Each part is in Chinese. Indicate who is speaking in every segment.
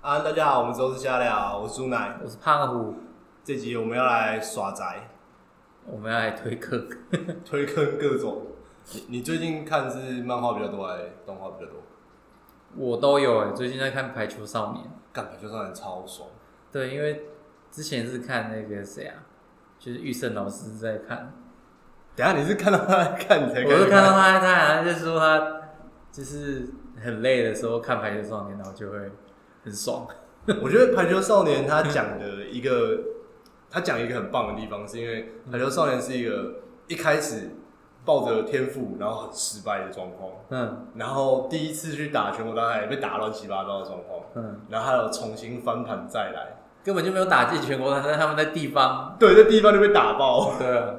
Speaker 1: 啊，大家好，我们周日瞎聊，我是猪奶。
Speaker 2: 我是胖虎，
Speaker 1: 这集我们要来耍宅，
Speaker 2: 我们要来推坑。
Speaker 1: 推坑各种。你你最近看是漫画比较多还是动画比较多？
Speaker 2: 我都有哎，最近在看《排球少年》。
Speaker 1: 干排球少年超爽，
Speaker 2: 对，因为之前是看那个谁啊，就是玉胜老师在看，
Speaker 1: 等一下你是看到他在看你才
Speaker 2: 我就看到他在看，他就说他就是很累的时候看《排球少年》，然后就会很爽。
Speaker 1: 我觉得《排球少年》他讲的一个， 他讲一个很棒的地方，是因为《排球少年》是一个一开始抱着天赋，然后很失败的状况，
Speaker 2: 嗯
Speaker 1: 然后第一次去打全国大赛也被打乱七八糟的状况，
Speaker 2: 嗯，
Speaker 1: 然后还有重新翻盘再来，
Speaker 2: 根本就没有打进全国大赛，他们在地方。
Speaker 1: 对，这地方就被打爆。
Speaker 2: 对啊，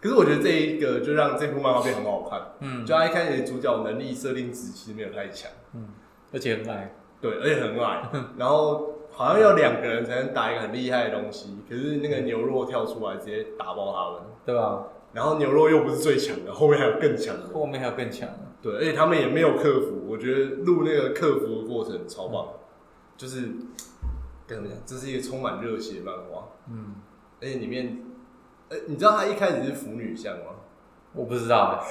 Speaker 1: 可是我觉得这一个就让这部漫画变得很好看，
Speaker 2: 嗯
Speaker 1: 就他一开始主角能力设定值其实没有太强，
Speaker 2: 嗯，而且很矮。
Speaker 1: 对，而且很 矮，然后好像要两个人才能打一个很厉害的东西，可是那个牛肉跳出来直接打爆他们，
Speaker 2: 对吧？
Speaker 1: 然后牛肉又不是最强的，后面还有更强的，
Speaker 2: 后面还有更强的。
Speaker 1: 对，而且他们也没有克服，我觉得录那个克服的过程超棒，
Speaker 2: 嗯
Speaker 1: 就是跟怎么讲，这是一个充满热血的漫画，
Speaker 2: 嗯，
Speaker 1: 而且里面，呃，你知道他一开始是腐女向吗？
Speaker 2: 我不知道哎，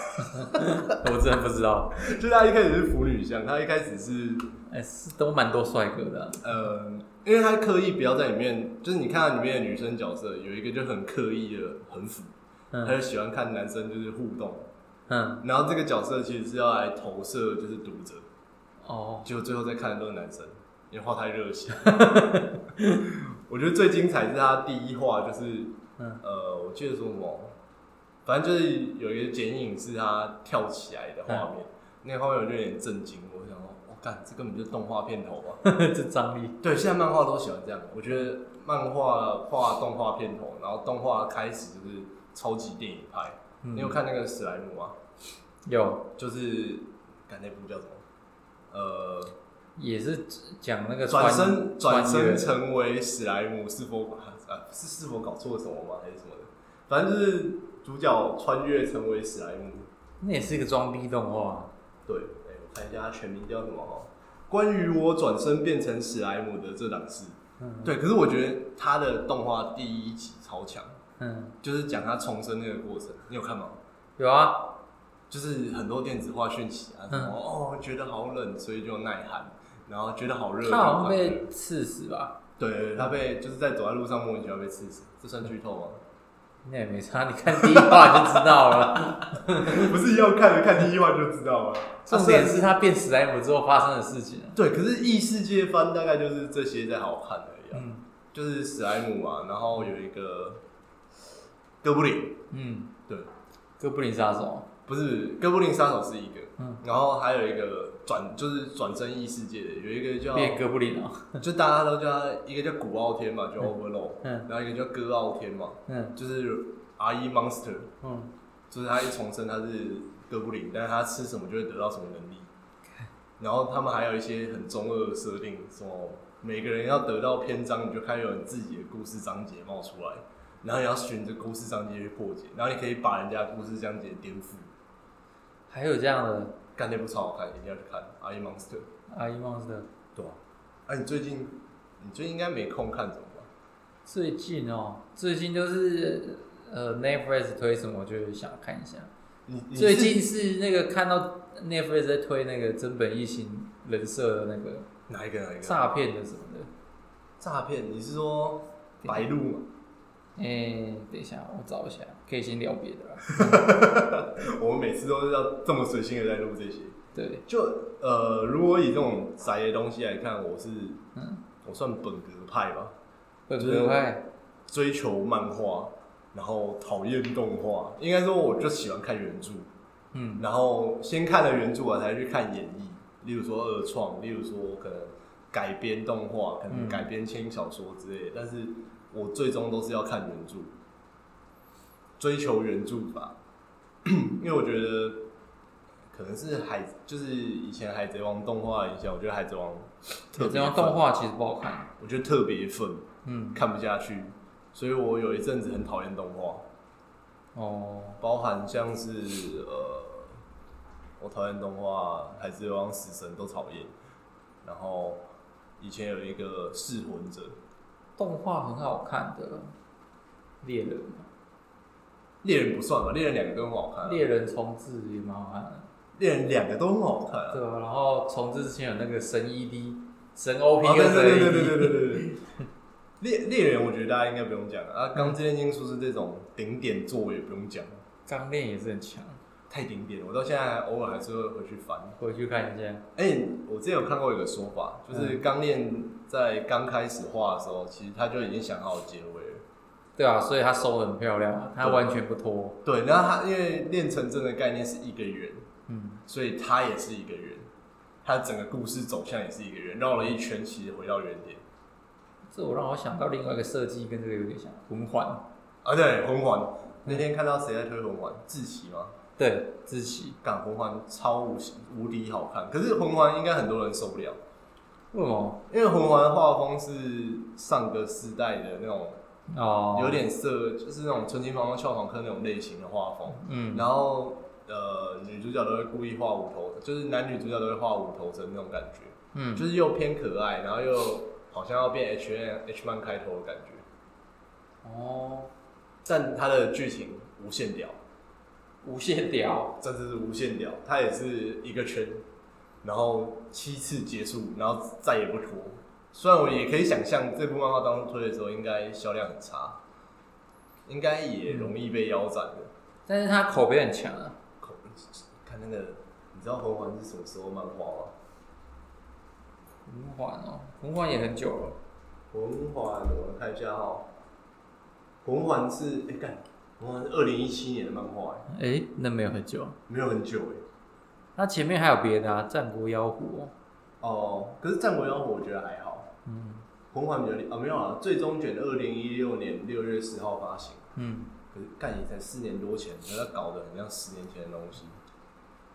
Speaker 2: 我真的不知道。
Speaker 1: 就是他一开始是腐女向，他一开始是
Speaker 2: 哎，是都蛮多帅哥的啊、
Speaker 1: 呃，因为他刻意不要在里面，就是你看到里面的女生角色有一个就很刻意的很腐，他
Speaker 2: 嗯
Speaker 1: 就喜欢看男生就是互动，
Speaker 2: 嗯，
Speaker 1: 然后这个角色其实是要来投射就是读者，
Speaker 2: 哦，
Speaker 1: 结果最后再看的都是男生，因为画太热血。我觉得最精彩是他第一话就是，
Speaker 2: 嗯
Speaker 1: 呃，我记得说什么，反正就是有一个剪影是他跳起来的画
Speaker 2: 嗯
Speaker 1: 面，那个画面我就有点震惊，我想说，我、干，这根本就是动画片头吧。啊
Speaker 2: 这张力，
Speaker 1: 对，现在漫画都喜欢这样。我觉得漫画画动画片头，然后动画开始就是超级电影派。
Speaker 2: 嗯
Speaker 1: 你有看那个史莱姆吗？
Speaker 2: 有
Speaker 1: 就是，看那部叫什么？呃，
Speaker 2: 也是讲那个
Speaker 1: 转
Speaker 2: 穿
Speaker 1: 身转
Speaker 2: 穿越
Speaker 1: 身成为史莱姆是否啊是是否搞错什么吗？还是什么的？反正就是主角穿越成为史莱姆。
Speaker 2: 那也是一个装逼动画，
Speaker 1: 对，哎、我看一下它全名叫什么哦。关于我转身变成史莱姆的这档事，
Speaker 2: 嗯
Speaker 1: 对，可是我觉得他的动画第一集超强。
Speaker 2: 嗯，
Speaker 1: 就是讲他重生那个过程，你有看吗？
Speaker 2: 有啊，
Speaker 1: 就是很多电子化讯息啊，什么、
Speaker 2: 嗯
Speaker 1: 哦，觉得好冷，所以就耐寒，然后觉得好热，
Speaker 2: 他好像
Speaker 1: 就快
Speaker 2: 被
Speaker 1: 乐
Speaker 2: 刺死吧？
Speaker 1: 对，他被就是在走在路上莫名其妙被刺死，这算剧透吗？
Speaker 2: 那也没差，你看第一话就知道 了。
Speaker 1: 不是要看看第一话就知道了，
Speaker 2: 重点是他变史莱姆之后发生的事情啊。
Speaker 1: 对，可啊是异世界番大概就是这些在好看而已、啊，
Speaker 2: 嗯
Speaker 1: 就是史莱姆嘛，然后有一个哥布林，
Speaker 2: 嗯，
Speaker 1: 对，
Speaker 2: 哥布林杀手，
Speaker 1: 不是哥布林杀手是一个，
Speaker 2: 嗯
Speaker 1: 然后还有一个转就是转身异世界的，有一个叫
Speaker 2: 变哥布林哦。
Speaker 1: 就大家都叫他一个叫古傲天嘛，就 Overlord，、
Speaker 2: 嗯
Speaker 1: 然后一个叫歌傲天嘛，
Speaker 2: 嗯
Speaker 1: 就是 R E Monster，
Speaker 2: 嗯，
Speaker 1: 就是他一重生他是哥布林，但是他吃什么就会得到什么能力。然后他们还有一些很中二的设定，什么每个人要得到篇章，你就开始有你自己的故事章节冒出来，然后你要循着故事章节去破解，然后你可以把人家的故事章节颠覆。
Speaker 2: 还有这样的啊
Speaker 1: 干那部超好看，一定要去看《R E Monster》。
Speaker 2: 阿姨 monster，
Speaker 1: 对啊，啊，你最近你最近应该没空看什么吧？
Speaker 2: 最近哦，最近就是呃 Netflix 推什么，我就想看一下。
Speaker 1: 你你是
Speaker 2: 最近是那个看到 Netflix 在推那个真本一行人设的那个
Speaker 1: 哪一个哪一个？
Speaker 2: 诈骗的什么的。
Speaker 1: 诈骗？你是说白鹿吗？
Speaker 2: 哎、等一下，我找一下，可以先聊别的吧。
Speaker 1: 我们每次都是要这么随性的在录这些。
Speaker 2: 对，
Speaker 1: 就呃，如果以这种宅的东西来看，我是
Speaker 2: 嗯，
Speaker 1: 我算本格派吧，
Speaker 2: 本
Speaker 1: 就是
Speaker 2: 格派，
Speaker 1: 追求漫画，然后讨厌动画。应该说，我就喜欢看原著，
Speaker 2: 嗯
Speaker 1: 然后先看了原著，我才去看演绎。例如说二创，例如说可能改编动画，可能
Speaker 2: 嗯
Speaker 1: 改编轻小说之类的。但是我最终都是要看原著，追求原著吧， 因为我觉得可能是海，就是以前海贼王动画的影响，我觉得海贼王特
Speaker 2: 这
Speaker 1: 别
Speaker 2: 张
Speaker 1: 愤
Speaker 2: 动画其实不好看。
Speaker 1: 我觉得特别愤，
Speaker 2: 嗯，
Speaker 1: 看不下去，所以我有一阵子很讨厌动画。
Speaker 2: 哦，
Speaker 1: 包含像是呃，我讨厌动画《海贼王》《死神》都讨厌，然后以前有一个噬魂者，
Speaker 2: 动画很好看的猎人嘛，
Speaker 1: 猎人不算吧，猎人两个都很好看、啊，
Speaker 2: 猎人重置也蛮好看的，
Speaker 1: 猎人两个都很好看、啊，
Speaker 2: 对啊，然后重置之前有那个神 ED、神 OP
Speaker 1: 啊，
Speaker 2: 跟
Speaker 1: 对
Speaker 2: 神 E ED，
Speaker 1: 对对对对对对对对。猎猎人，我觉得大家应该不用讲了啊。钢之炼金术师这种顶点作也不用讲了，
Speaker 2: 钢炼也是很强，
Speaker 1: 太顶点了。我到现在偶尔还是会回去翻。
Speaker 2: 回去看一下。
Speaker 1: 哎、我之前有看过一个说法，就是钢炼在刚开始画的时候，其实他就已经想好结尾了。
Speaker 2: 对啊，所以他收的很漂亮啊，他
Speaker 1: 对
Speaker 2: 完全不拖。
Speaker 1: 对，然后他因为炼成真的概念是一个圆，
Speaker 2: 嗯，
Speaker 1: 所以它也是一个圆，它整个故事走向也是一个圆，绕了一圈，其实回到原点。
Speaker 2: 这我让我想到另外一个设计跟这个有点像，魂环。
Speaker 1: 啊，对，魂环，那天看到谁在推魂环，志奇吗？
Speaker 2: 对，自己
Speaker 1: 干魂环超无无敌好看，可是魂环应该很多人受不了，
Speaker 2: 为什么？
Speaker 1: 因为魂环画风是上个世代的那种，
Speaker 2: 哦，
Speaker 1: 有点色，就是那种纯情房东俏房客那种类型的画风。
Speaker 2: 嗯，
Speaker 1: 然后呃，女主角都会故意画五头，就是男女主角都会画五头身那种感觉，
Speaker 2: 嗯，
Speaker 1: 就是又偏可爱，然后又好像要变 H N H 漫开头的感觉，
Speaker 2: 哦，
Speaker 1: 但它的剧情无限屌。
Speaker 2: 无限屌，
Speaker 1: 这次是无限屌，它也是一个圈，然后七次结束，然后再也不拖。虽然我也可以想象这部漫画当初推的时候，应该销量很差，应该也容易被腰斩的。
Speaker 2: 但是他口碑很强啊。
Speaker 1: 口看那个，你知道《魂环》是什么时候漫画吗？
Speaker 2: 魂环哦，魂环也很久了，
Speaker 1: 《魂环》我看一下哈，《魂环》是哎干，《魂环》是二零一七年的漫画、欸，
Speaker 2: 哎、那没有很久。
Speaker 1: 没有很久哎、
Speaker 2: 那前面还有别的啊，战国妖狐、哦，
Speaker 1: 哦，可是《战国妖狐》我觉得还好。
Speaker 2: 嗯
Speaker 1: 红环比较厉啊，没有啊，最终卷二零一六年六月十号发行，
Speaker 2: 嗯，
Speaker 1: 可是干也才四年多前，可是它搞得很像十年前的东西，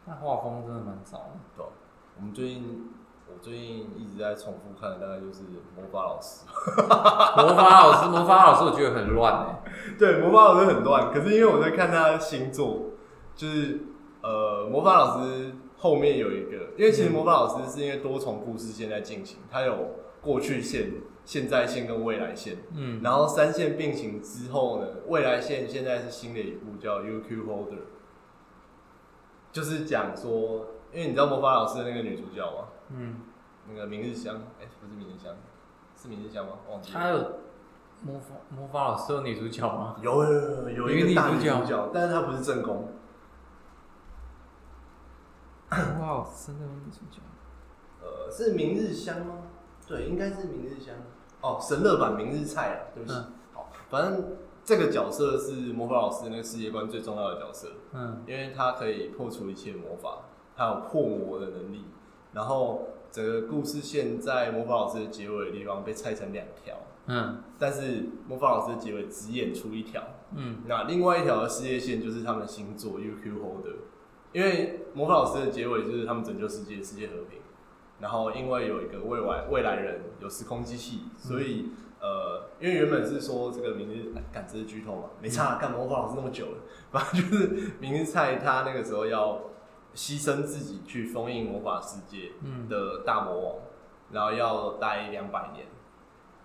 Speaker 2: 那画风真的蛮早的。
Speaker 1: 对吧、我们最近我最近一直在重复看的大概就是魔法老师，
Speaker 2: 魔法老师，魔法老师我觉得很乱哎、
Speaker 1: 对，魔法老师很乱，可是因为我在看他的星座，就是呃，魔法老师后面有一个，因为
Speaker 2: 嗯
Speaker 1: 其实魔法老师是因为多重故事线在进行，它有过去线、现在线跟未来线，
Speaker 2: 嗯，
Speaker 1: 然后三线并行之后呢，未来线现在是新的一部叫 UQ Holder，就是讲说，因为你知道魔法老师的那个女主角吗？
Speaker 2: 嗯，
Speaker 1: 那个明日香，哎、不是明日香，是明日香吗？忘记
Speaker 2: 他
Speaker 1: 了。
Speaker 2: 有魔法魔法老师有女主角吗？
Speaker 1: 有有有有有
Speaker 2: 有一
Speaker 1: 一个
Speaker 2: 个
Speaker 1: 大
Speaker 2: 女
Speaker 1: 女
Speaker 2: 主
Speaker 1: 主
Speaker 2: 角
Speaker 1: 角，但是她不是正宫，
Speaker 2: 魔法老师真的有女主角？
Speaker 1: 呃，是明日香吗？对，应该是明日香。哦，神乐版明日菜啊，对不起。
Speaker 2: 嗯
Speaker 1: 好，反正这个角色是魔法老师那个世界观最重要的角色。
Speaker 2: 嗯
Speaker 1: 因为他可以破除一切魔法，他有破魔的能力。然后整个故事线在魔法老师的结尾的地方被拆成两条，
Speaker 2: 嗯
Speaker 1: 但是魔法老师的结尾只演出一条，
Speaker 2: 嗯
Speaker 1: 那另外一条的世界线就是他们星座 UQ Holder，因为魔法老师的结尾就是他们拯救世界，世界和平。然后因为有一个未来未来人有时空机器，
Speaker 2: 嗯
Speaker 1: 所以、呃，因为原本是说这个明日，哎干这是剧透嘛，没差，干魔法老师那么久了， 反正就是明日菜他那个时候要牺牲自己去封印魔法世界，
Speaker 2: 嗯，
Speaker 1: 的大魔王，然后要待两百年。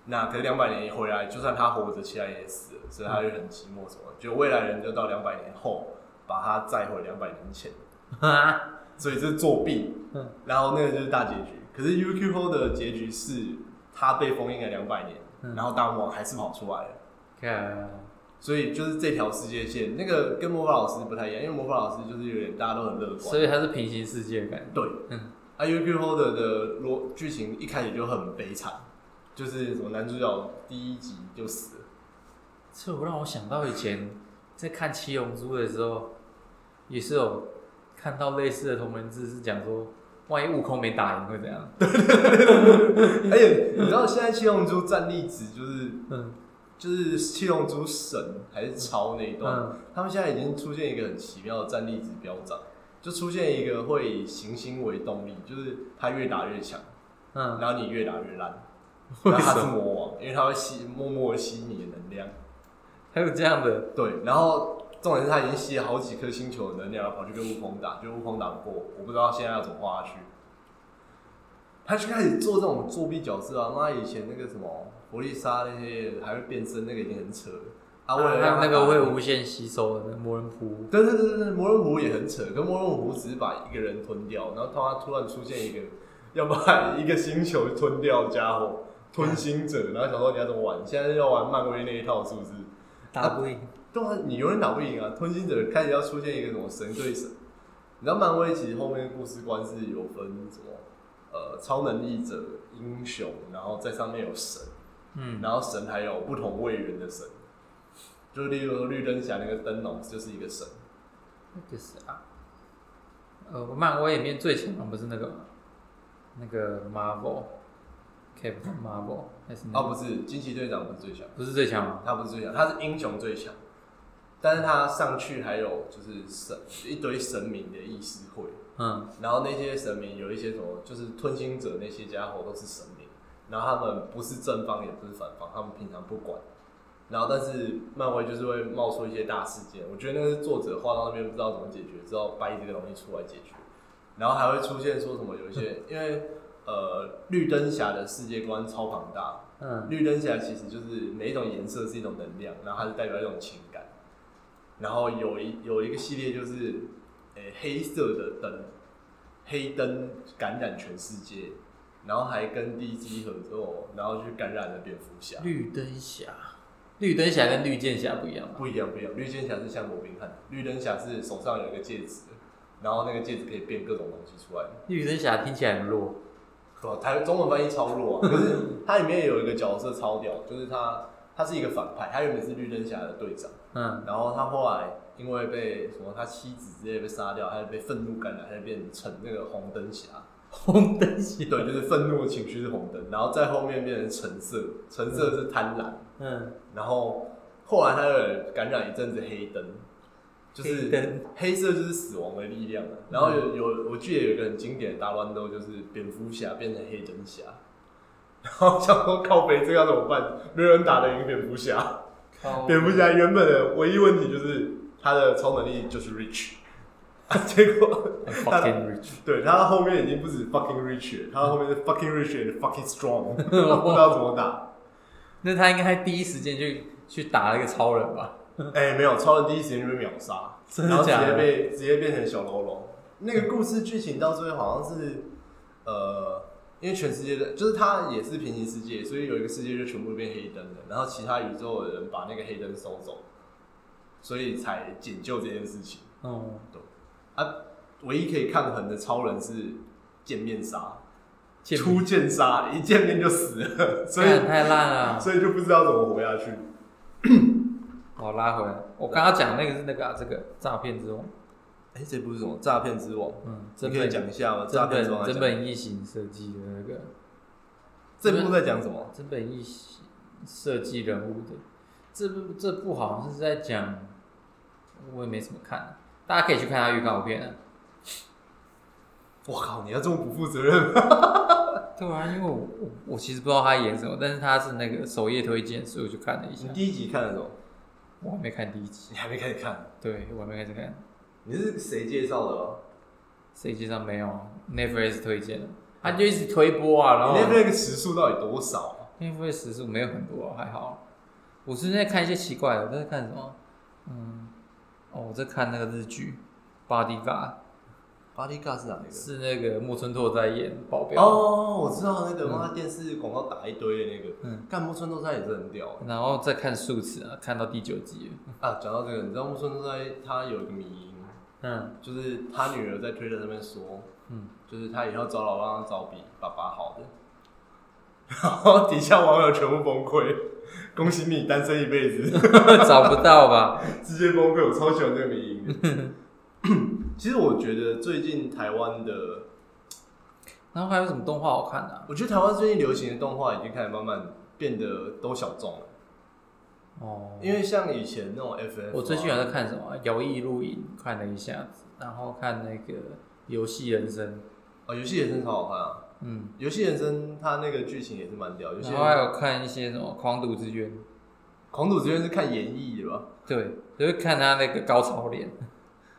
Speaker 1: 那可是两百年一回来，就算他活着，其他人也死了，所以他就很寂寞什么的。就未来人就到两百年后把他载回两百年前，
Speaker 2: 哈
Speaker 1: 所以这是作弊
Speaker 2: 嗯。
Speaker 1: 然后那个就是大结局。可是 UQ h o 的结局是他被封印了两百
Speaker 2: 嗯
Speaker 1: 年，然后大魔王还是跑出来了。
Speaker 2: 看
Speaker 1: 所以就是这条世界线，那个跟魔法老师不太一样，因为魔法老师就是有点大家都很乐观，
Speaker 2: 所以它是平行世界的感觉。
Speaker 1: 对，
Speaker 2: 嗯
Speaker 1: 啊，UQ Holder 的罗剧情一开始就很悲惨，就是什么男主角第一集就死了，
Speaker 2: 这我让我想到以前在看《七龙珠》的时候，也是有看到类似的同人志，是讲说万一悟空没打赢会怎样？
Speaker 1: 而且哎你知道现在七龙珠战力值就是
Speaker 2: 嗯
Speaker 1: 就是七龙珠神还是超那一段，
Speaker 2: 嗯
Speaker 1: 他们现在已经出现一个很奇妙的战力值飙涨，就出现一个会以行星为动力，就是他越打越强，
Speaker 2: 嗯，
Speaker 1: 然后你越打越烂，
Speaker 2: 为
Speaker 1: 然后他
Speaker 2: 什
Speaker 1: 是
Speaker 2: 么
Speaker 1: 魔王，因为他会吸默默地吸你的能量。
Speaker 2: 还有这样的？
Speaker 1: 对，然后重点是他已经吸了好几颗星球的能量，然后跑去跟悟空打，就悟空打不过，我不知道现在要怎么画下去。他就开始做这种作弊角色啊！妈，以前那个什么弗利莎那些还会变身，那个已经很扯了。啊，为了让
Speaker 2: 那
Speaker 1: 他
Speaker 2: 个
Speaker 1: 把
Speaker 2: 会无限吸收的那魔人扑，
Speaker 1: 对对对对对，魔人虎也很扯，可魔人虎只是把一个人吞掉，然后他突然出现一个要把一个星球吞掉的家伙，吞星者，然后想说你要怎么玩？现在要玩漫威那一套是不是？
Speaker 3: 打不赢，
Speaker 1: 对啊，你永远打不赢啊！吞星者开始要出现一个什么神对神，你知道漫威其实后面的故事观是有分什么呃超能力者、英雄，然后在上面有神，
Speaker 2: 嗯，
Speaker 1: 然后神还有不同位元的神，就例如说绿灯侠那个灯笼就是一个神。
Speaker 2: 那个是啊，呃，漫威里面最强的不是那个吗那个 Marvel Captain Marvel 还是那
Speaker 1: 哦，
Speaker 2: 个
Speaker 1: 不是，惊奇队长不是最强，
Speaker 2: 不是最强吗？
Speaker 1: 他不是最强，他是英雄最强。但是他上去还有就是神一堆神明的意识会，
Speaker 2: 嗯，
Speaker 1: 然后那些神明有一些什么，就是吞星者那些家伙都是神明，然后他们不是正方也不是反方，他们平常不管。然后但是漫威就是会冒出一些大事件，我觉得那是作者画到那边不知道怎么解决，之后掰这个东西出来解决，然后还会出现说什么有一些因为呃绿灯侠的世界观超庞大，
Speaker 2: 嗯，
Speaker 1: 绿灯侠其实就是每一种颜色是一种能量，然后它是代表一种情感。然后有一有一个系列就是，诶、黑色的灯，黑灯感染全世界，然后还跟 DC 合作，然后去感染了蝙蝠侠。
Speaker 2: 绿灯侠，绿灯侠跟绿箭侠不一样吧？
Speaker 1: 不一样不一样，绿箭侠是像罗宾汉，绿灯侠是手上有一个戒指，然后那个戒指可以变各种东西出来。
Speaker 2: 绿灯侠听起来很弱，
Speaker 1: 哦，台中文翻译超弱啊！可 是它里面有一个角色超屌，就是他他是一个反派，他原本是绿灯侠的队长。
Speaker 2: 嗯，
Speaker 1: 然后他后来因为被什么他妻子之类被杀掉，他就被愤怒感染，他就变成那个红灯侠。
Speaker 2: 红灯侠，
Speaker 1: 对，就是愤怒的情绪是红灯，然后在后面变成橙色，橙色是贪婪，
Speaker 2: 嗯，
Speaker 1: 然后后来他又感染一阵子黑灯，就是
Speaker 2: 黑灯嗯
Speaker 1: 黑色就是死亡的力量啊。然后有有我记得有一个很经典的大乱斗，就是蝙蝠侠变成黑灯侠。然后想说靠北这个要怎么办？没有人打得赢蝙蝠侠。
Speaker 2: 靠
Speaker 1: 蝙蝠侠原本的唯一问题就是他的超能力就是 rich，、啊、结果
Speaker 2: fucking rich，
Speaker 1: 对他后面已经不止 fucking rich，了他后面是 fucking rich and fucking strong，不知道怎么打。
Speaker 2: 那他应该第一时间就去打那个超人吧？
Speaker 1: 哎、没有，超人第一时间就被秒杀，
Speaker 2: 真的
Speaker 1: 然后直
Speaker 2: 假的
Speaker 1: 接被直接变成小喽啰。那个故事剧情到最后好像是，呃，因为全世界的，就是他也是平行世界，所以有一个世界就全部变黑灯了，然后其他宇宙的人把那个黑灯收走，所以才解救这件事情。
Speaker 2: 哦、
Speaker 1: 啊，唯一可以抗衡的超人是见面杀，
Speaker 2: 见面
Speaker 1: 初见杀，一见面就死了， 所以
Speaker 2: 干太烂了，
Speaker 1: 所以就不知道怎么活下去。
Speaker 2: 好拉回来。我刚刚讲那个是那个、啊、这个诈骗之王，
Speaker 1: 哎、这部是什么？诈骗之王，
Speaker 2: 嗯，
Speaker 1: 你
Speaker 2: 真
Speaker 1: 可以
Speaker 2: 本
Speaker 1: 讲一下吗？诈
Speaker 2: 真
Speaker 1: 骗之王
Speaker 2: 本
Speaker 1: 在
Speaker 2: 真
Speaker 1: 讲，
Speaker 2: 本一行设计的那个
Speaker 1: 这部在讲什么？
Speaker 2: 真本一行设计人物的这部这部好像是在讲，我也没怎么看，大家可以去看他预告片啊。
Speaker 1: 我靠，你要这么不负责任吗？
Speaker 2: 对啊，因为我我我其实不知道他演什么，但是他是那个首页推荐，所以我就看了一
Speaker 1: 你
Speaker 2: 下。
Speaker 1: 第一集看了什么？
Speaker 2: 我还没看第一集，
Speaker 1: 你还没开始看？
Speaker 2: 对我还没开始看，
Speaker 1: 你是谁介绍的、啊？
Speaker 2: 实际上没有 Netflix 推荐的，他就一直推播啊，然后
Speaker 1: 你那边那个时速到底多少啊、
Speaker 2: Netflix 时数没有很多、啊，还好。我最近在看一些奇怪的，我在看什么？嗯，哦，我在看那个日剧《Bodyguard
Speaker 1: Bodyguard 是哪一》，
Speaker 2: 是那个木村拓哉演保镖。
Speaker 1: 哦，我知道那个妈电视广告打一堆的那个，
Speaker 2: 嗯
Speaker 1: 干木村拓哉也是很屌、欸。
Speaker 2: 然后再看数次啊，看到第九集了。
Speaker 1: 啊，讲到这个，你知道木村拓哉他有一个迷因，
Speaker 2: 嗯
Speaker 1: 就是他女儿在推特上面说，
Speaker 2: 嗯，
Speaker 1: 就是他以后找老爸找比爸爸好的， 然后底下网友全部崩溃，恭喜你单身一辈子，
Speaker 2: 找不到吧？
Speaker 1: 直接崩溃，我超喜欢这个迷因的。 其实我觉得最近台湾的，
Speaker 2: 然后还有什么动画好看的、啊？
Speaker 1: 我觉得台湾最近流行的动画已经开始慢慢变得都小众了，
Speaker 2: 哦，
Speaker 1: 因为像以前那种 F 啊 F，、
Speaker 2: 我最近有在看什么《摇曳露营》，看了一下子，然后看那个《游戏人生》，
Speaker 1: 哦，游戏人生超好看啊，
Speaker 2: 嗯，
Speaker 1: 游戏人生它那个剧情也是蛮屌，游戏
Speaker 2: 然后还有看一些什么《狂赌之渊》，
Speaker 1: 狂赌之渊是看演绎的吧？
Speaker 2: 对，就是看他那个高潮脸。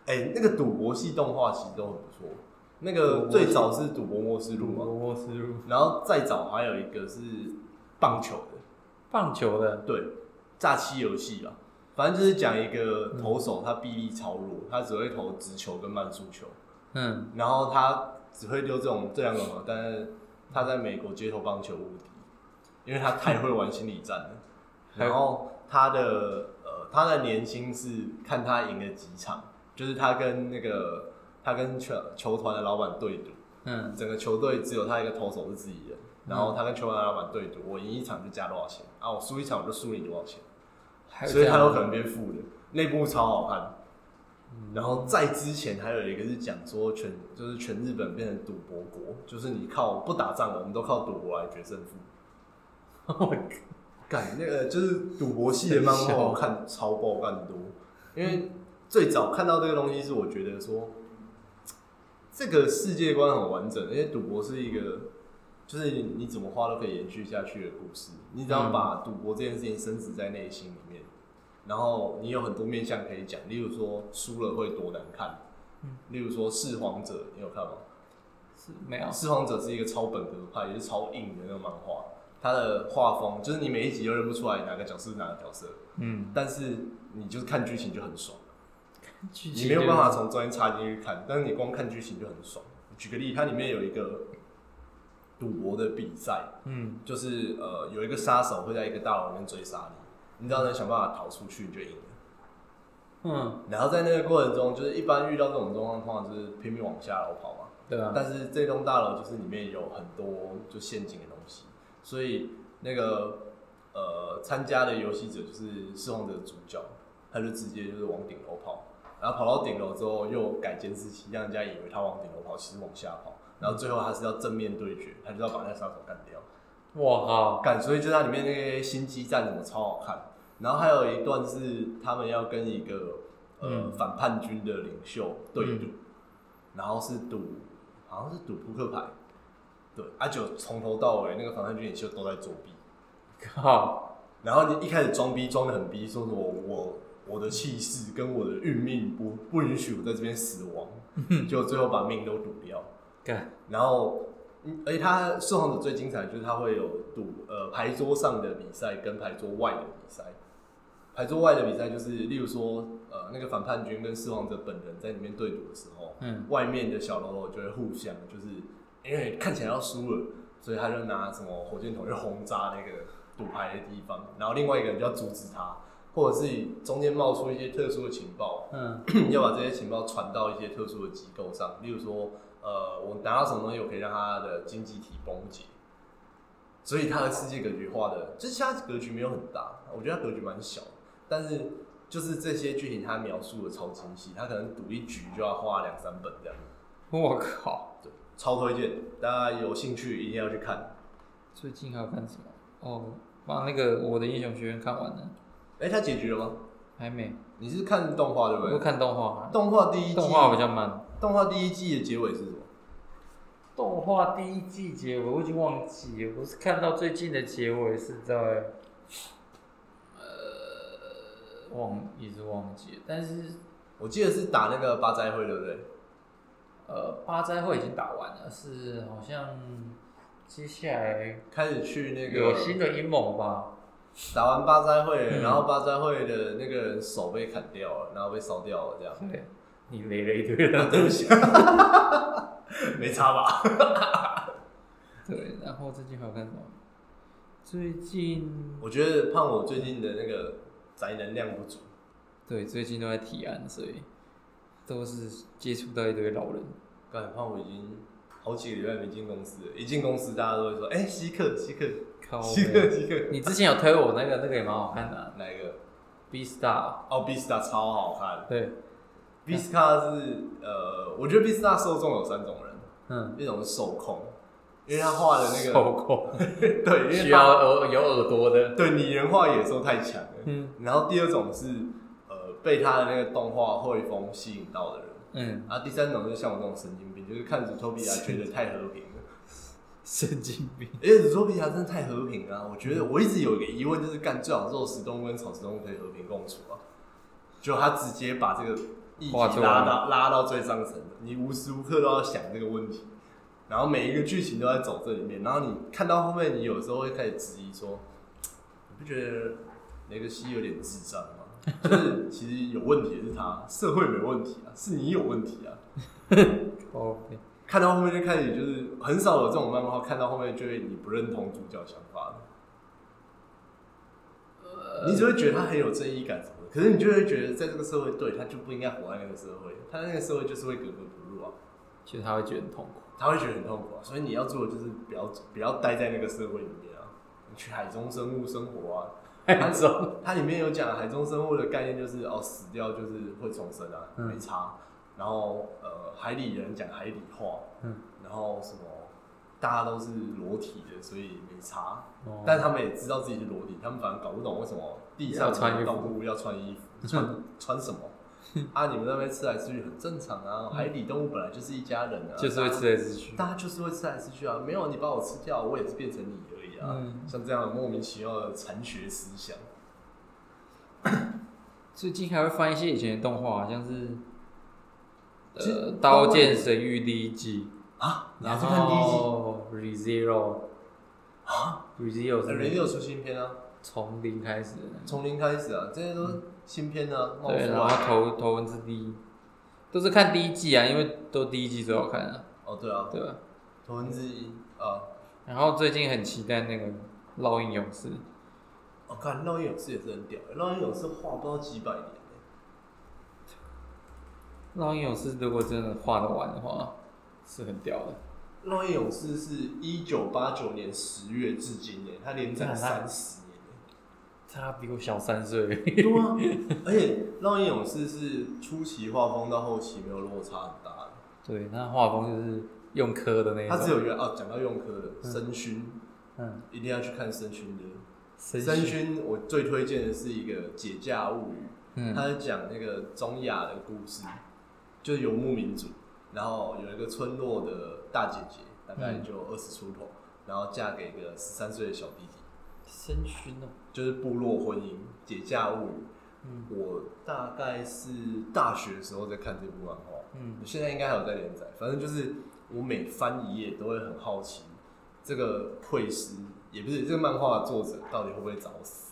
Speaker 1: 哎、那个赌博系动画其实都很不错。那个最早是赌博默示录嘛，
Speaker 2: 摩斯路
Speaker 1: 然后再早还有一个是棒球的，
Speaker 2: 棒球的，
Speaker 1: 对，诈欺游戏吧。反正就是讲一个投手，他臂力超弱，他只会投直球跟慢速球，
Speaker 2: 嗯，
Speaker 1: 然后他只会丢这种这两种嘛，但是他在美国街头棒球无敌，因为他太会玩心理战了。
Speaker 2: 还有
Speaker 1: 然后他的呃，他的年薪是看他赢了几场，就是他跟那个他跟球球团的老板对赌，
Speaker 2: 嗯，
Speaker 1: 整个球队只有他一个投手是自己人，然后他跟球团的老板对赌，我赢一场就加多少钱啊，我输一场我就输你多少钱，
Speaker 2: 还有
Speaker 1: 所以他
Speaker 2: 这样嗯
Speaker 1: 有可能变负的。那部超好看。然后在之前还有一个是讲说全就是全日本变成赌博国，就是你靠不打仗了，我们都靠赌博来决胜负。干那个就是赌博系的漫画，我看超爆干多，因为最早看到这个东西是我觉得说，这个世界观很完整，因为赌博是一个，就是你你怎么画都可以延续下去的故事，你只要把赌博这件事情深植在内心里面，然后你有很多面向可以讲，例如说输了会多难看
Speaker 2: 嗯，
Speaker 1: 例如说弑皇者，你有看吗？
Speaker 2: 是没有，
Speaker 1: 四皇者是一个超本格派，也是超硬的那个漫画。它的画风就是你每一集都认不出来哪个角色是哪个角色，
Speaker 2: 嗯，
Speaker 1: 但是你就是看剧情就很爽，
Speaker 2: 剧
Speaker 1: 你
Speaker 2: 情
Speaker 1: 没有
Speaker 2: 就
Speaker 1: 办法从中间插进去看，但是你光看剧情就很爽。举个例，它里面有一个赌博的比赛，
Speaker 2: 嗯，
Speaker 1: 就是呃有一个杀手会在一个大楼里面追杀你，你只要能想办法逃出去，你就赢了。
Speaker 2: 嗯，
Speaker 1: 然后在那个过程中，就是一般遇到这种状况，通常就是拼命往下楼跑嘛。
Speaker 2: 对啊吧？
Speaker 1: 但是这栋大楼就是里面有很多就陷阱的东西，所以那个呃参加的游戏者就是释放者的主角，他就直接就是往顶楼跑，然后跑到顶楼之后又改监视器，让人家以为他往顶楼跑，其实往下跑，然后最后他是要正面对决，他就要把那个杀手干掉。
Speaker 2: 我靠，
Speaker 1: 感，所以就它里面那些心机战什么超好看。然后还有一段是他们要跟一个呃、
Speaker 2: 嗯
Speaker 1: 反叛军的领袖对赌，然后是赌好像是赌扑克牌，对，阿九从头到尾那个反叛军领袖都在作弊，
Speaker 2: 靠，
Speaker 1: 然后你一开始装逼装的很逼，说什么我我的气势跟我的运命不不允许我在这边死亡，就最后把命都赌掉。
Speaker 2: 干，
Speaker 1: 然后，嗯而且他受访者最精彩的就是他会有赌呃牌桌上的比赛跟牌桌外的比赛。牌桌外的比赛就是，例如说，呃，那个反叛军跟释放者本人在里面对赌的时候，
Speaker 2: 嗯，
Speaker 1: 外面的小喽啰就会互相，就是因为看起来要输了，所以他就拿什么火箭筒去轰炸那个赌牌的地方，然后另外一个人就要阻止他，或者是中间冒出一些特殊的情报，
Speaker 2: 嗯，
Speaker 1: 要把这些情报传到一些特殊的机构上，例如说，呃，我拿到什么东西，我可以让他的经济体崩解。所以他的世界格局画的，就是现在格局没有很大，我觉得他格局蛮小的，但是就是这些剧情他描述的超精细，他可能赌一局就要画两三本这样，
Speaker 2: 我靠，
Speaker 1: 对，超推荐，大家有兴趣一定要去看。
Speaker 2: 最近还有看什么？哦，把那个《我的英雄学院》看完了，
Speaker 1: 哎、他解决了吗？
Speaker 2: 还没，
Speaker 1: 你是看动画对不
Speaker 2: 我都
Speaker 1: 对？
Speaker 2: 看动画，
Speaker 1: 动画第一季，
Speaker 2: 动画比较慢。
Speaker 1: 动画第一季的结尾是什么？
Speaker 2: 动画第一季结尾我已经忘记了，我是看到最近的结尾是在，呃，忘一直忘记了，但是
Speaker 1: 我记得是打那个八斋会对不对？
Speaker 2: 呃，八斋会已经打完了，是好像接下来
Speaker 1: 开始去那个
Speaker 2: 有新的阴谋吧？
Speaker 1: 打完八斋会了，
Speaker 2: 嗯
Speaker 1: 然后八斋会的那个人手被砍掉了，然后被烧掉了，这样。
Speaker 2: 对，你雷了一堆 人，
Speaker 1: 对不起，没差吧？
Speaker 2: 对，然后最近还有看什么？最近
Speaker 1: 我觉得胖我最近的那个宅能量不足，
Speaker 2: 对，最近都在提案，所以都是接触到一堆老人。
Speaker 1: 刚才胖我已经好几个礼拜没进公司了，一进公司大家都会说，哎、稀客稀客
Speaker 2: 靠
Speaker 1: 稀
Speaker 2: 北
Speaker 1: 客稀客，
Speaker 2: 你之前有推我那个，那个也蛮好看的、啊、
Speaker 1: 哪一个？
Speaker 2: ，B Star。
Speaker 1: 哦，B Star 超好看
Speaker 2: 对，
Speaker 1: ，B Star 是呃，我觉得 B Star 受众有三种人，
Speaker 2: 嗯，
Speaker 1: 一种是受控，因为他画的那个，
Speaker 2: 手工
Speaker 1: 对，因为他
Speaker 2: 需要耳有耳朵的。
Speaker 1: 对拟人化野兽太强了。
Speaker 2: 嗯
Speaker 1: 然后第二种是呃被他的那个动画绘风吸引到的人，
Speaker 2: 嗯，
Speaker 1: 啊，第三种就是像我这种神经病，就是看《祖托比亚》觉得太和平了，
Speaker 2: 神经病。
Speaker 1: 而且《祖托比亚》真的太和平了啊、我觉得我一直有一个疑问，就是干最好肉食动物跟草食动物可以和平共处啊，就他直接把这个议题
Speaker 2: 画出来
Speaker 1: 拉到拉到最上层的，你无时无刻都要想这个问题，然后每一个剧情都在走这里面，然后你看到后面，你有时候会开始质疑说，你不觉得雷格西有点智障吗？就是其实有问题的是他，社会没问题啊，是你有问题啊。
Speaker 2: 哦，
Speaker 1: 看到后面就开始就是很少有这种漫画，看到后面就会你不认同主角想法的，你只会觉得他很有正义感什么的，可是你就会觉得在这个社会，对他就不应该活在那个社会，他在那个社会就是会格格不入啊，
Speaker 2: 其实他会觉得很痛苦。
Speaker 1: 他会觉得很痛苦啊，所以你要做的就是不要不要待在那个社会里面啊，你去海中生物生活啊，
Speaker 2: 那时候
Speaker 1: 它里面有讲海中生物的概念，就是哦，死掉就是会重生啊，
Speaker 2: 嗯
Speaker 1: 没差。然后呃，海里人讲海里话，
Speaker 2: 嗯，
Speaker 1: 然后什么大家都是裸体的，所以没差。
Speaker 2: 哦
Speaker 1: 但他们也知道自己是裸体，他们反而搞不懂为什么地上
Speaker 2: 要穿
Speaker 1: 的
Speaker 2: 衣服
Speaker 1: 动物要穿衣 服，穿穿什么。啊，你们那边吃来吃去很正常啊，海底动物本来就是一家人啊，
Speaker 2: 嗯就是会
Speaker 1: 大家
Speaker 2: 吃来吃去。
Speaker 1: 大家就是会吃来吃去啊，没有你把我吃掉，我也是变成你而已啊。
Speaker 2: 嗯
Speaker 1: 像这样的莫名其妙的残学思想，
Speaker 2: 最近还会翻一些以前的动画，像是
Speaker 1: 其实
Speaker 2: 呃《
Speaker 1: 包括
Speaker 2: 刀剑神域》第一季，
Speaker 1: 啊，你还
Speaker 2: 然
Speaker 1: 是看第一季？
Speaker 2: 后《ReZero》啊，《ReZero》
Speaker 1: 呃
Speaker 2: 是
Speaker 1: 人也
Speaker 2: 那个
Speaker 1: 有出新片啊，
Speaker 2: 从零开始的那
Speaker 1: 从零开始啊，这些都是新片啊，冒
Speaker 2: 个，对，
Speaker 1: 出
Speaker 2: 然后
Speaker 1: 来。
Speaker 2: 头头文字 D，都是看第一季啊，因为都第一季最好看啊，
Speaker 1: 哦，对啊，
Speaker 2: 对吧？
Speaker 1: 头文字 D 啊，
Speaker 2: 然后最近很期待那个《烙印勇士》，
Speaker 1: 我看《哦烙印勇士》也是很屌，《烙印勇士》画不到几百年欸，
Speaker 2: 烙印勇士如果真的画得完的话，是很屌的。
Speaker 1: 《烙印勇士》是一九八九年十月至今诶，它连载
Speaker 2: 那它
Speaker 1: 三十年欸。
Speaker 2: 他比我小三 岁，
Speaker 1: 对啊，而且《烙印勇士》是初期画风到后期没有落差很大的，
Speaker 2: 对，那画风就是用科的那一
Speaker 1: 它
Speaker 2: 种，
Speaker 1: 只有原哦，讲到用科的
Speaker 2: 嗯
Speaker 1: 申勋，
Speaker 2: 嗯，
Speaker 1: 一定要去看申勋的。
Speaker 2: 神
Speaker 1: 申勋我最推荐的是一个《解架物语》。
Speaker 2: 嗯，
Speaker 1: 他是讲那个中亚的故事，就是游牧民族，然后有一个村落的大姐姐，大概
Speaker 2: 嗯
Speaker 1: 就二十出头，然后嫁给一个十三岁的小弟弟，
Speaker 2: 神勋哦，
Speaker 1: 就是部落婚姻解嫁物语。
Speaker 2: 嗯
Speaker 1: 我大概是大学的时候在看这部漫画，
Speaker 2: 嗯，
Speaker 1: 现在应该还有在连载。反正就是我每翻一页都会很好奇，这个绘师也不是这个漫画的作者到底会不会早死。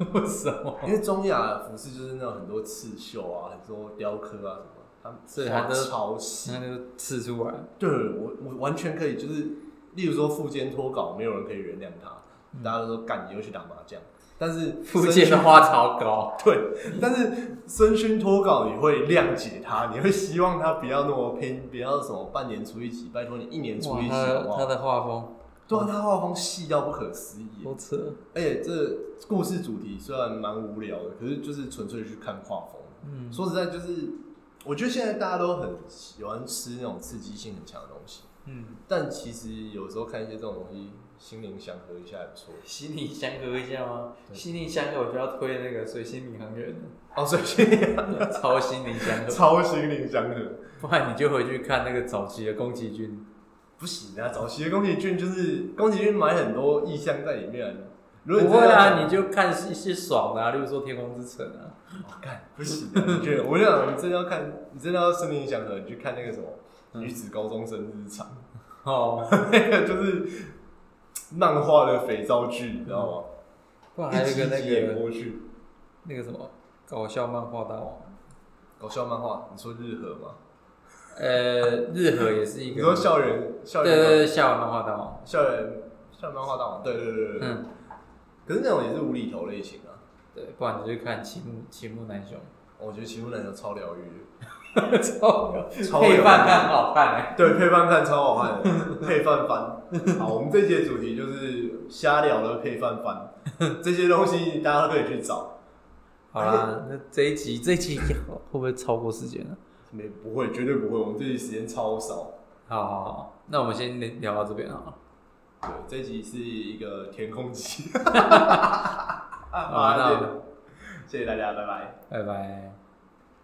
Speaker 2: 为什么？
Speaker 1: 因为中亚的服饰就是那种很多刺绣啊，很多雕刻啊什么，他们
Speaker 2: 所以
Speaker 1: 画
Speaker 2: 它都
Speaker 1: 超细。
Speaker 2: 那就刺出来，
Speaker 1: 对我我完全可以，就是例如说富坚脱稿，没有人可以原谅他，
Speaker 2: 嗯
Speaker 1: 大家都说干你又去打麻将，但是
Speaker 2: 附件的
Speaker 1: 话。
Speaker 2: 花草稿，
Speaker 1: 对，但是申勋脱稿，你会谅解他，你会希望他不要那么拼，不要什么半年出一期，拜托你一年出
Speaker 2: 哇，
Speaker 1: 一期好
Speaker 2: 他的
Speaker 1: 不
Speaker 2: 他
Speaker 1: 好？
Speaker 2: 的画风
Speaker 1: 对啊，他画风细到不可思议，
Speaker 2: 好扯，
Speaker 1: 而且这故事主题虽然蛮无聊的，可是就是纯粹去看画风。
Speaker 2: 嗯，
Speaker 1: 说实在，就是我觉得现在大家都很喜欢吃那种刺激性很强的东西，
Speaker 2: 嗯，
Speaker 1: 但其实有时候看一些这种东西，心灵祥和一下也不错。
Speaker 2: 心灵相合一下吗？
Speaker 1: 对
Speaker 2: 心灵相合，我就要推那个水星领航员
Speaker 1: 哦，所以心 灵
Speaker 2: 了，超心灵相合，
Speaker 1: 超心灵祥和
Speaker 2: 不然你就回去看那个早期的宫崎骏，
Speaker 1: 不行啊！早期的宫崎骏就是宫崎骏买很多意象在里面。啊如果
Speaker 2: 不
Speaker 1: 你真
Speaker 2: 会
Speaker 1: 的要
Speaker 2: 啊，
Speaker 1: 讲
Speaker 2: 你就看一些爽的啊，例如说《天空之城》啊，
Speaker 1: 哦干不行啊！你觉得？我想你真的要看，你真的要心灵祥和，你去看那个什么
Speaker 2: 嗯
Speaker 1: 女子高中生日常。
Speaker 2: 哦，
Speaker 1: 那个就是漫画的肥皂剧，你知道吗？
Speaker 2: 不嗯然还有一个那
Speaker 1: 一集一集演
Speaker 2: 个
Speaker 1: 过去，
Speaker 2: 那个什么搞笑漫画大王，
Speaker 1: 搞笑漫画，你说日和吗？
Speaker 2: 呃，日和也是一
Speaker 1: 你
Speaker 2: 个，
Speaker 1: 说校园校
Speaker 2: 对对
Speaker 1: 园
Speaker 2: 对，笑漫画大王，
Speaker 1: 校园校园漫画大王，对对对对对。
Speaker 2: 嗯，
Speaker 1: 可是那种也是无厘头类型啊，
Speaker 2: 对，不然你就看齐木齐木楠雄，
Speaker 1: 我觉得《奇木男友》超疗 愈，
Speaker 2: 超有
Speaker 1: 超
Speaker 2: 配
Speaker 1: 有
Speaker 2: 饭看好看哎、
Speaker 1: 对配饭看超好看 的，配饭番。好，我们这节主题就是瞎聊的配饭番，这些东西大家都可以去找。
Speaker 2: 好啦，那这一集这一集会不会超过时间了、
Speaker 1: 没不会，绝对不会，我们这集时间超少。
Speaker 2: 好好好，那我们先聊到这边啊好了。
Speaker 1: 对，这集是一个填空 集，
Speaker 2: 好，那我们
Speaker 1: 谢谢大家，拜拜。
Speaker 2: 拜拜。